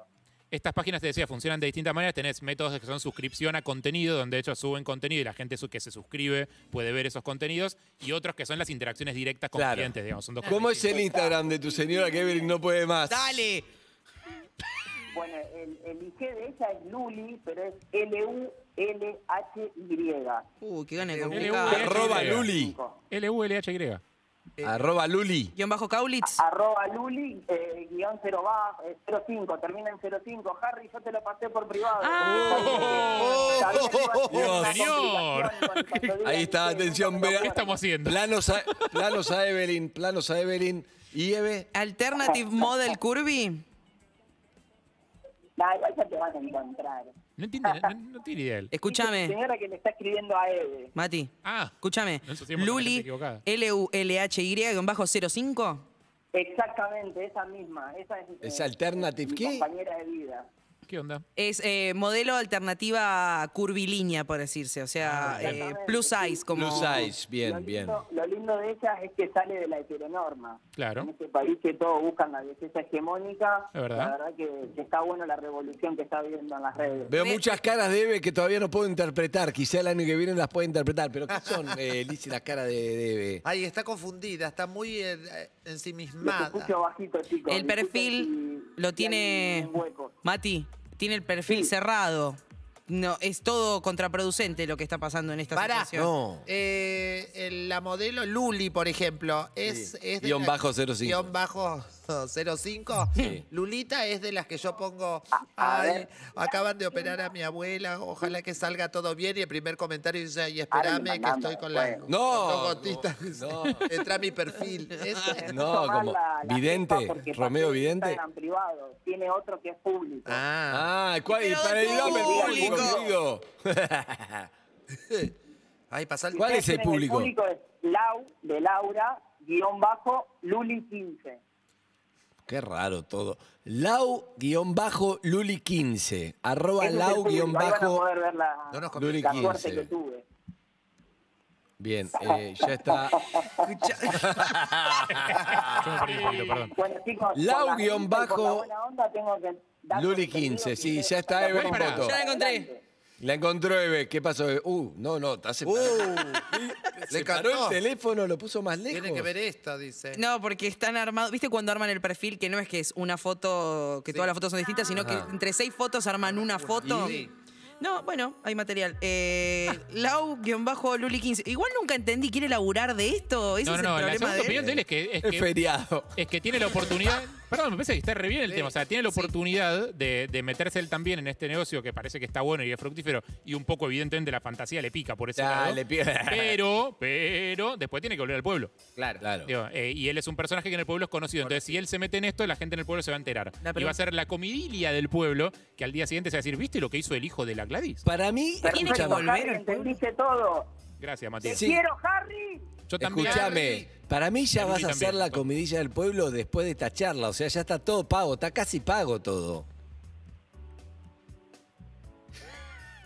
Speaker 5: Estas páginas, te decía, funcionan de distintas maneras. Tenés métodos que son suscripción a contenido, donde de hecho suben contenido y la gente su- que se suscribe puede ver esos contenidos. Y otros que son las interacciones directas con
Speaker 3: Claro.
Speaker 5: clientes, digamos. Son dos
Speaker 3: ¿Cómo
Speaker 5: cosas
Speaker 3: es el Instagram de tu señora que Evelyn no puede más?
Speaker 4: Dale.
Speaker 8: Bueno, el, el IG de ella es Luli, pero es L-U-L-H-Y.
Speaker 4: Uy, Uh, qué gana de
Speaker 5: LV.
Speaker 4: complicar.
Speaker 3: Arroba Luli.
Speaker 5: LULHY. Eh,
Speaker 3: Arroba Luli.
Speaker 4: Guión bajo Kaulitz.
Speaker 8: Arroba Luli, eh, guión 0 bajo, 05, termina en 05. Harry, yo te lo pasé por privado.
Speaker 4: Ah.
Speaker 8: Porque sabía que- sabía que iba a tener una
Speaker 5: Oh. Dios.
Speaker 8: complicación con- cuando
Speaker 5: <laughs>
Speaker 8: diga
Speaker 3: Ahí está,
Speaker 8: que-
Speaker 3: atención, vea.
Speaker 5: ¿Qué estamos haciendo?
Speaker 3: Planos a, planos a Evelyn, planos a Evelyn. Y Eve,
Speaker 4: Alternative Model Curvy.
Speaker 8: Nah, igual ya te van a encontrar.
Speaker 5: No entiende, no, no tiene idea él.
Speaker 4: Escúchame,
Speaker 8: Señora que le está escribiendo a Eve.
Speaker 4: Mati.
Speaker 5: Ah,
Speaker 4: Escúchame.
Speaker 5: No ensuciemos con la gente
Speaker 4: Luli,
Speaker 5: equivocada.
Speaker 4: L-U-L-H-Y-05.
Speaker 8: Exactamente, esa misma. Esa es,
Speaker 3: ¿Es
Speaker 8: eh,
Speaker 3: alternative
Speaker 8: mi
Speaker 3: qué?
Speaker 8: compañera de vida.
Speaker 5: ¿qué onda?
Speaker 4: Es eh, modelo alternativa curvilínea, por decirse. O sea,
Speaker 5: Ah,
Speaker 4: eh,
Speaker 8: exactamente,
Speaker 4: plus
Speaker 8: sí.
Speaker 4: size. Como...
Speaker 3: Blue Size,
Speaker 8: lo
Speaker 3: bien, bien.
Speaker 8: lindo, lo lindo de ella es que sale de la heteronorma.
Speaker 5: Claro.
Speaker 8: En este país que todos buscan la belleza hegemónica,
Speaker 5: Es verdad.
Speaker 8: la verdad que, que está bueno la revolución que está viendo en las redes.
Speaker 3: Veo
Speaker 4: Re-
Speaker 3: muchas caras de Eve que todavía no puedo interpretar. Quizá el año que viene las pueda interpretar. Pero ¿qué
Speaker 8: <laughs>
Speaker 3: son, eh, Lizy, las caras de, de Eve?
Speaker 2: Ay, está confundida, está muy eh,
Speaker 8: Los
Speaker 2: ensimismada.
Speaker 8: escucho bajito, chicos.
Speaker 4: El
Speaker 8: Disculpen
Speaker 4: perfil
Speaker 8: si-
Speaker 4: lo
Speaker 8: si hay
Speaker 4: tiene.
Speaker 8: un hueco.
Speaker 4: Mati, tiene el perfil cerrado. No, es todo contraproducente lo que está pasando en esta
Speaker 2: Pará.
Speaker 4: situación.
Speaker 3: No.
Speaker 2: Eh, el- la modelo Luli, por ejemplo, es.
Speaker 3: Sí.
Speaker 2: es de
Speaker 3: Guión
Speaker 2: la-
Speaker 3: bajo 05.
Speaker 2: Guión bajo 05.
Speaker 3: Sí.
Speaker 2: Lulita es de las que yo pongo.
Speaker 8: a
Speaker 2: Ay,
Speaker 8: ver.
Speaker 2: acaban de operar a mi abuela. Ojalá que salga todo bien. Y el primer comentario dice: Y
Speaker 8: Ahora
Speaker 2: espérame,
Speaker 8: me
Speaker 2: que
Speaker 8: mandame,
Speaker 2: estoy con la.
Speaker 8: bueno.
Speaker 2: con dos
Speaker 3: No,
Speaker 2: gotitas.
Speaker 3: no.
Speaker 2: <laughs> Entra a mi
Speaker 3: <laughs>
Speaker 2: perfil. Ese.
Speaker 3: No,
Speaker 8: Tomar
Speaker 3: como
Speaker 8: la- la
Speaker 3: vidente,
Speaker 8: culpa porque
Speaker 3: Romeo
Speaker 8: pasé
Speaker 3: Vidente.
Speaker 8: Instagram privado, tiene otro que es público.
Speaker 2: Ah,
Speaker 3: Ah, ¿cuál? Y Para el nombre
Speaker 8: público.
Speaker 3: público.
Speaker 2: ay, pasá el.
Speaker 3: ¿Cuál es el
Speaker 8: Ustedes tienen
Speaker 3: público?
Speaker 8: El público es Lau, de Laura, guión bajo, Luli 15.
Speaker 3: <laughs> Qué raro todo. Lau-Luli15. Arroba
Speaker 8: Ese es el público, ahí van a
Speaker 3: Lau-Bajo.
Speaker 8: poder ver la,
Speaker 2: No nos
Speaker 8: la
Speaker 3: Luli
Speaker 8: suerte
Speaker 3: 15.
Speaker 8: que tuve.
Speaker 3: Bien, eh, ya está.
Speaker 5: Yo me perdí un poquito, perdón.
Speaker 8: Bueno, chicos, por
Speaker 3: Lau,
Speaker 8: la-
Speaker 3: guión
Speaker 8: por la
Speaker 3: bajo,
Speaker 8: buena onda tengo que dar
Speaker 3: Luli
Speaker 8: por entendido
Speaker 3: 15,
Speaker 8: que
Speaker 3: sí,
Speaker 8: ustedes
Speaker 3: ya está,
Speaker 8: están
Speaker 3: Eve, un
Speaker 5: Bueno,
Speaker 3: voto.
Speaker 4: Ya la encontré.
Speaker 8: adelante.
Speaker 3: La encontró Eve. ¿Qué pasó, Eve? Uh, no, no, está
Speaker 2: Uh,
Speaker 3: separado. <laughs>
Speaker 2: le
Speaker 3: Se paró
Speaker 2: cantó.
Speaker 3: el teléfono, lo puso más lejos.
Speaker 2: Tiene que ver esta, dice.
Speaker 4: No, porque están armados. ¿Viste cuando arman el perfil? Que no es que es una foto, que todas las fotos son distintas, sino
Speaker 3: Ajá.
Speaker 4: que entre seis fotos arman una foto.
Speaker 2: Sí.
Speaker 4: No, bueno, hay material. Eh, Lau-Luli15. Igual nunca entendí, ¿quiere laburar de esto? Ese
Speaker 5: No, no,
Speaker 4: es
Speaker 5: no,
Speaker 4: el problema
Speaker 5: la segunda
Speaker 4: de él.
Speaker 5: opinión de él es que, es
Speaker 3: Es
Speaker 5: que <laughs>
Speaker 3: feriado.
Speaker 5: Es que tiene la oportunidad. Perdón, me parece que está re bien el tema. O sea, tiene la oportunidad de, de meterse él también en este negocio que parece que está bueno y es fructífero. Y un poco, evidentemente, la fantasía le pica por ese
Speaker 3: Ya,
Speaker 5: lado.
Speaker 3: le pica.
Speaker 5: Pero, pero, después tiene que volver al pueblo.
Speaker 3: Claro. claro.
Speaker 5: Digo, eh, y él es un personaje que en el pueblo es conocido. Entonces, si él se mete en esto, la gente en el pueblo se va a enterar.
Speaker 4: La
Speaker 5: Y va
Speaker 4: pregunta-
Speaker 5: a ser la comidilia del pueblo que al día siguiente se va a decir, ¿viste lo que hizo el hijo de la Gladys?
Speaker 3: Para mí,
Speaker 4: Tiene que
Speaker 3: escúchame,
Speaker 4: volver
Speaker 8: Harry,
Speaker 4: al
Speaker 8: entendiste todo.
Speaker 5: Gracias,
Speaker 8: ¡Te
Speaker 5: Matías.
Speaker 3: Sí.
Speaker 8: quiero, Harry!
Speaker 5: Yo también.
Speaker 3: escúchame. Para mí ya
Speaker 5: Luli
Speaker 3: vas a
Speaker 5: también.
Speaker 3: hacer la comidilla del pueblo después de esta charla. O sea, ya está todo pago, está casi pago todo.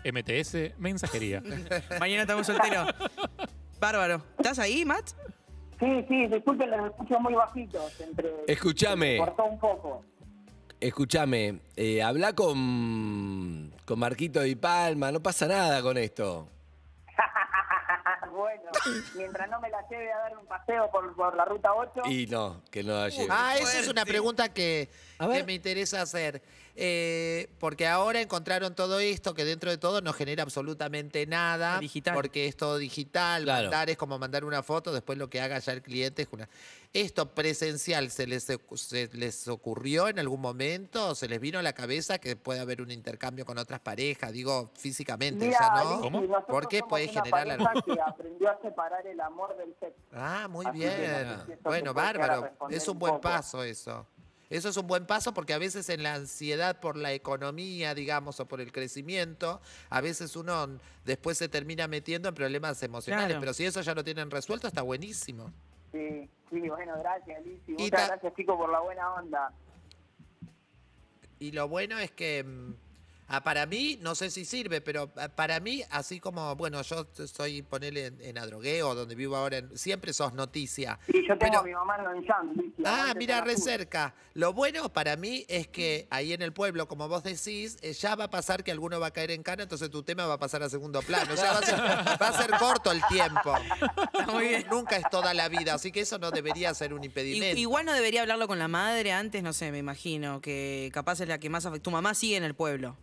Speaker 5: MTS, mensajería.
Speaker 4: Mañana estamos solteros. Bárbaro. ¿Estás ahí, Matt?
Speaker 8: Sí, sí, disculpen, los escucho muy bajitos. Entre,
Speaker 3: Escúchame.
Speaker 8: se Cortó un poco.
Speaker 3: Escúchame, eh, habla con, con Marquito Di Palma, no pasa nada con esto.
Speaker 8: Ah, bueno, mientras no me la lleve a dar un paseo por, por la ruta 8,
Speaker 3: Y no, que no llegue.
Speaker 2: Ah, esa es una pregunta que,
Speaker 3: A
Speaker 2: que
Speaker 3: ver.
Speaker 2: me interesa hacer. Eh, porque ahora encontraron todo esto que dentro de todo no genera absolutamente nada.
Speaker 4: Digital.
Speaker 2: Porque es todo digital.
Speaker 3: Claro.
Speaker 2: Mandar es como mandar una foto, después lo que haga ya el cliente es una. ¿Esto presencial se les, ocu- se les ocurrió en algún momento? ¿Se les vino a la cabeza que puede haber un intercambio con otras parejas? Digo, físicamente,
Speaker 8: Mira,
Speaker 2: ya
Speaker 8: Alicia,
Speaker 2: no.
Speaker 5: ¿Cómo?
Speaker 8: nosotros
Speaker 2: ¿Por qué
Speaker 8: somos
Speaker 2: puede
Speaker 8: una
Speaker 2: generar la-
Speaker 8: pareja que aprendió a separar el amor del sexo.
Speaker 2: Ah, muy
Speaker 8: Así que
Speaker 2: bien.
Speaker 8: no sé si eso
Speaker 2: bueno,
Speaker 8: te puede llegar a
Speaker 2: bárbaro.
Speaker 8: responder
Speaker 2: Es un
Speaker 8: un
Speaker 2: buen
Speaker 8: poco.
Speaker 2: paso eso. Eso es un buen paso porque a veces en la ansiedad por la economía, digamos, o por el crecimiento, a veces uno n- después se termina metiendo en problemas emocionales.
Speaker 4: Claro.
Speaker 2: Pero si eso ya lo tienen resuelto, está buenísimo.
Speaker 8: Sí, sí, bueno, gracias, Alicia.
Speaker 2: Y
Speaker 8: Muchas
Speaker 2: ta-
Speaker 8: gracias, chicos, por la buena onda.
Speaker 2: Y lo bueno es que mm, ah, para mí, no sé si sirve, pero ah, para mí, así como, bueno, yo t- soy, ponele en, en Adrogueo, donde vivo ahora, en- siempre sos noticia.
Speaker 8: Sí, yo tengo
Speaker 2: Pero-
Speaker 8: a mi mamá en Longchamp, Alicia.
Speaker 2: Ah,
Speaker 8: antes
Speaker 2: mira,
Speaker 8: era
Speaker 2: re
Speaker 8: sur.
Speaker 2: cerca. Lo bueno para mí es que ahí en el pueblo, como vos decís, eh, ya va a pasar que alguno va a caer en cana, entonces tu tema va a pasar a segundo plano. Ya va a ser, va a ser corto el tiempo.
Speaker 4: muy bien.
Speaker 2: Nunca es toda la vida, así que eso no debería ser un
Speaker 4: I-
Speaker 2: impedimento.
Speaker 4: igual no debería hablarlo con la madre antes, no sé, me imagino, que capaz es la que más afecta. Tu mamá sigue en el pueblo.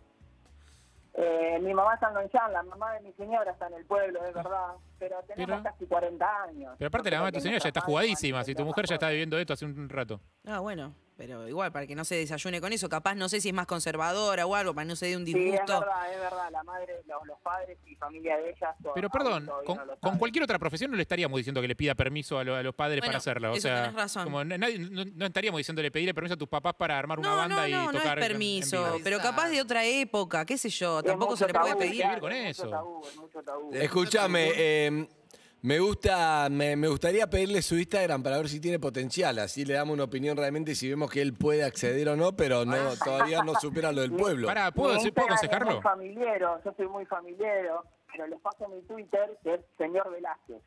Speaker 8: Eh, mi mamá está en Longchamp, la mamá de mi señora está en el pueblo,
Speaker 2: Ah.
Speaker 8: es verdad. Pero tenemos
Speaker 5: Pero-
Speaker 8: casi 40 años.
Speaker 5: Pero aparte, la mamá de tu señora ya está jugadísima. Si tu mujer ya está viviendo esto hace un rato.
Speaker 4: Ah, bueno, pero igual, para que no se desayune con eso. Capaz, no sé si es más conservadora o algo, para que no se dé un
Speaker 8: Sí, es
Speaker 4: disgusto.
Speaker 8: verdad, es verdad. La madre, los, los padres y familia de ella son
Speaker 5: Pero perdón,
Speaker 8: adultos y
Speaker 5: con,
Speaker 8: no lo
Speaker 5: con
Speaker 8: saben.
Speaker 5: cualquier otra profesión no le estaríamos diciendo que le pida permiso a, lo- a los padres
Speaker 4: Bueno,
Speaker 5: para hacerla. O
Speaker 4: eso
Speaker 5: sea,
Speaker 4: tenés razón.
Speaker 5: como na- nadie- no, no estaríamos diciéndole pedirle permiso a tus papás para armar una
Speaker 4: no, no,
Speaker 5: banda
Speaker 4: no,
Speaker 5: y
Speaker 4: no es
Speaker 5: tocar. en- en
Speaker 4: permiso,
Speaker 5: vivo.
Speaker 4: pero capaz de otra época, qué sé yo,
Speaker 8: Es
Speaker 4: tampoco
Speaker 8: mucho
Speaker 4: se le puede
Speaker 8: tabú,
Speaker 4: pedir.
Speaker 8: claro,
Speaker 5: con
Speaker 8: es
Speaker 5: eso.
Speaker 8: Mucho tabú, es mucho tabú.
Speaker 3: Escúchame, eh, me gusta, me, me gustaría pedirle su Instagram para ver si tiene potencial. Así le damos una opinión realmente y si vemos que él puede acceder o no, pero no, todavía no supera lo del pueblo.
Speaker 5: Pará, ¿puedo,
Speaker 8: Mi
Speaker 5: decir- ¿puedo
Speaker 8: Instagram es
Speaker 5: aconsejarlo?
Speaker 8: muy familiero, yo soy muy familiero, pero les paso mi Twitter, que es señor Velázquez.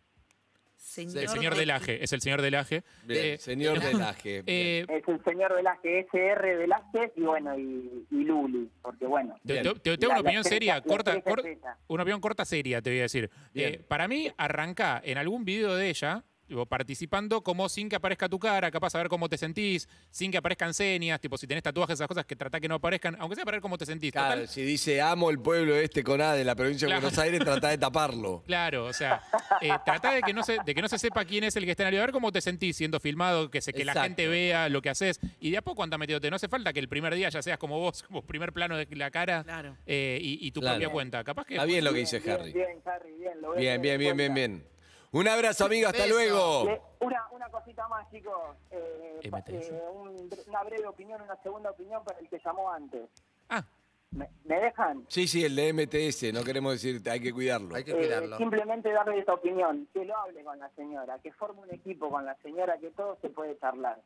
Speaker 4: Señor,
Speaker 5: El señor del Aje, es el señor del Aje.
Speaker 3: Bien,
Speaker 5: Eh,
Speaker 3: señor de Laje.
Speaker 5: eh,
Speaker 8: Es el señor Velázquez, SR Velázquez y bueno, y, y Luli, porque bueno.
Speaker 5: Te,
Speaker 3: Bien.
Speaker 5: te- te tengo una
Speaker 8: La-
Speaker 5: opinión
Speaker 8: la cresta-
Speaker 5: seria,
Speaker 8: la
Speaker 5: corta,
Speaker 8: cresta
Speaker 5: cor-
Speaker 8: es esa.
Speaker 5: una opinión corta seria, te voy a decir.
Speaker 3: Bien.
Speaker 5: Eh, para mí, arrancá en algún video de ella tipo, participando como sin que aparezca tu cara, capaz a ver cómo te sentís, sin que aparezcan señas, tipo si tenés tatuajes, esas cosas que tratá que no aparezcan, aunque sea para ver cómo te sentís.
Speaker 3: Claro,
Speaker 5: Total,
Speaker 3: si dice amo el pueblo este con A de la provincia de
Speaker 5: Claro.
Speaker 3: Buenos Aires, trata de
Speaker 5: <laughs>
Speaker 3: taparlo.
Speaker 5: Claro, o sea, eh, tratá de que, no se, de que no se sepa quién es el que está en el video, a ver cómo te sentís siendo filmado, que, se, que la
Speaker 3: Exacto.
Speaker 5: gente vea lo que haces. Y de a poco anda metiéndote. No hace falta que el primer día ya seas como vos, como primer plano de la cara
Speaker 4: Claro.
Speaker 5: eh, y, y tu
Speaker 3: Claro.
Speaker 5: propia cuenta. Capaz que.
Speaker 3: Está bien lo que dice
Speaker 8: Bien,
Speaker 3: Harry.
Speaker 8: Bien, Harry, bien. lo voy a
Speaker 3: Bien,
Speaker 8: tener
Speaker 3: bien, bien, bien, Oh.
Speaker 8: en cuenta.
Speaker 3: bien. Un abrazo, amigo, hasta
Speaker 2: Beso.
Speaker 3: luego.
Speaker 8: Le- Una, una cosita más, chicos. Eh, pa-
Speaker 5: M13.
Speaker 8: eh, un- una breve opinión, una segunda opinión para el que llamó antes.
Speaker 5: Ah,
Speaker 8: ¿Me, me dejan?
Speaker 3: Sí, sí, el de MTS, no queremos decir, hay que cuidarlo.
Speaker 2: Hay que
Speaker 8: Eh,
Speaker 2: cuidarlo.
Speaker 8: simplemente darle esta opinión, que lo hable con la señora, que forme un equipo con la señora, que todo se puede charlar.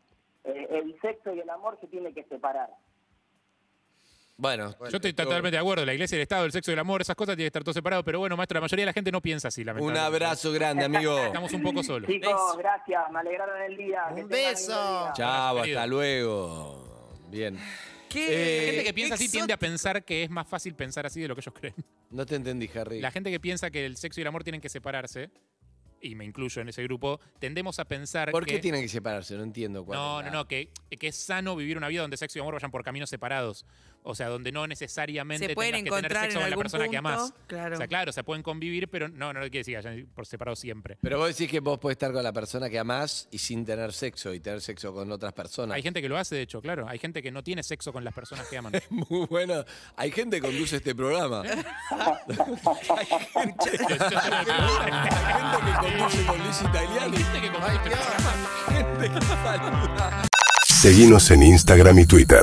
Speaker 8: Eh, el sexo y el amor se tiene que separar.
Speaker 3: Bueno,
Speaker 5: yo estoy totalmente de acuerdo. La iglesia, el Estado, el sexo, el amor, esas cosas tienen que estar todo separado. Pero bueno, maestro, la mayoría de la gente no piensa así,
Speaker 3: Un
Speaker 5: lamentablemente.
Speaker 3: abrazo grande, amigo.
Speaker 5: Estamos un poco solos.
Speaker 8: Chicos,
Speaker 3: Beso.
Speaker 8: gracias, me alegraron el día.
Speaker 2: Un
Speaker 8: que tengan
Speaker 2: beso.
Speaker 8: lindo día.
Speaker 3: Chao,
Speaker 5: Abrazo,
Speaker 3: hasta
Speaker 5: querido.
Speaker 3: luego. Bien.
Speaker 4: ¿Qué?
Speaker 5: La gente que
Speaker 4: Eh,
Speaker 5: piensa así
Speaker 4: exótico.
Speaker 5: tiende a pensar que es más fácil pensar así de lo que ellos creen.
Speaker 3: No te entendí, Harry.
Speaker 5: La gente que piensa que el sexo y el amor tienen que separarse, y me incluyo en ese grupo, tendemos a pensar
Speaker 3: ¿Por
Speaker 5: que.
Speaker 3: qué tienen que separarse? No entiendo cuál
Speaker 5: No,
Speaker 3: es
Speaker 5: no,
Speaker 3: la-
Speaker 5: no, que, que es sano vivir una vida donde sexo y amor vayan por caminos separados. O sea, donde no necesariamente
Speaker 4: Se pueden
Speaker 5: tengas que tener
Speaker 4: encontrar
Speaker 5: sexo
Speaker 4: en
Speaker 5: con la
Speaker 4: algún
Speaker 5: persona que
Speaker 4: punto,
Speaker 5: amás.
Speaker 4: claro.
Speaker 5: O sea, claro, se pueden convivir, pero no, no quiere decir que vayan por separado siempre.
Speaker 3: Pero vos decís que vos podés estar con la persona que amás y sin tener sexo y tener sexo con otras personas.
Speaker 5: Hay gente que lo hace, de hecho, claro. Hay gente que no tiene sexo con las personas que aman.
Speaker 3: <laughs> Muy bueno. Hay gente que conduce este
Speaker 5: <laughs>
Speaker 3: programa. Hay gente, hay gente que conduce con Liz Italiani.
Speaker 5: Gente que comparte este programa.
Speaker 3: Gente que saluda.
Speaker 6: Seguinos en Instagram y Twitter.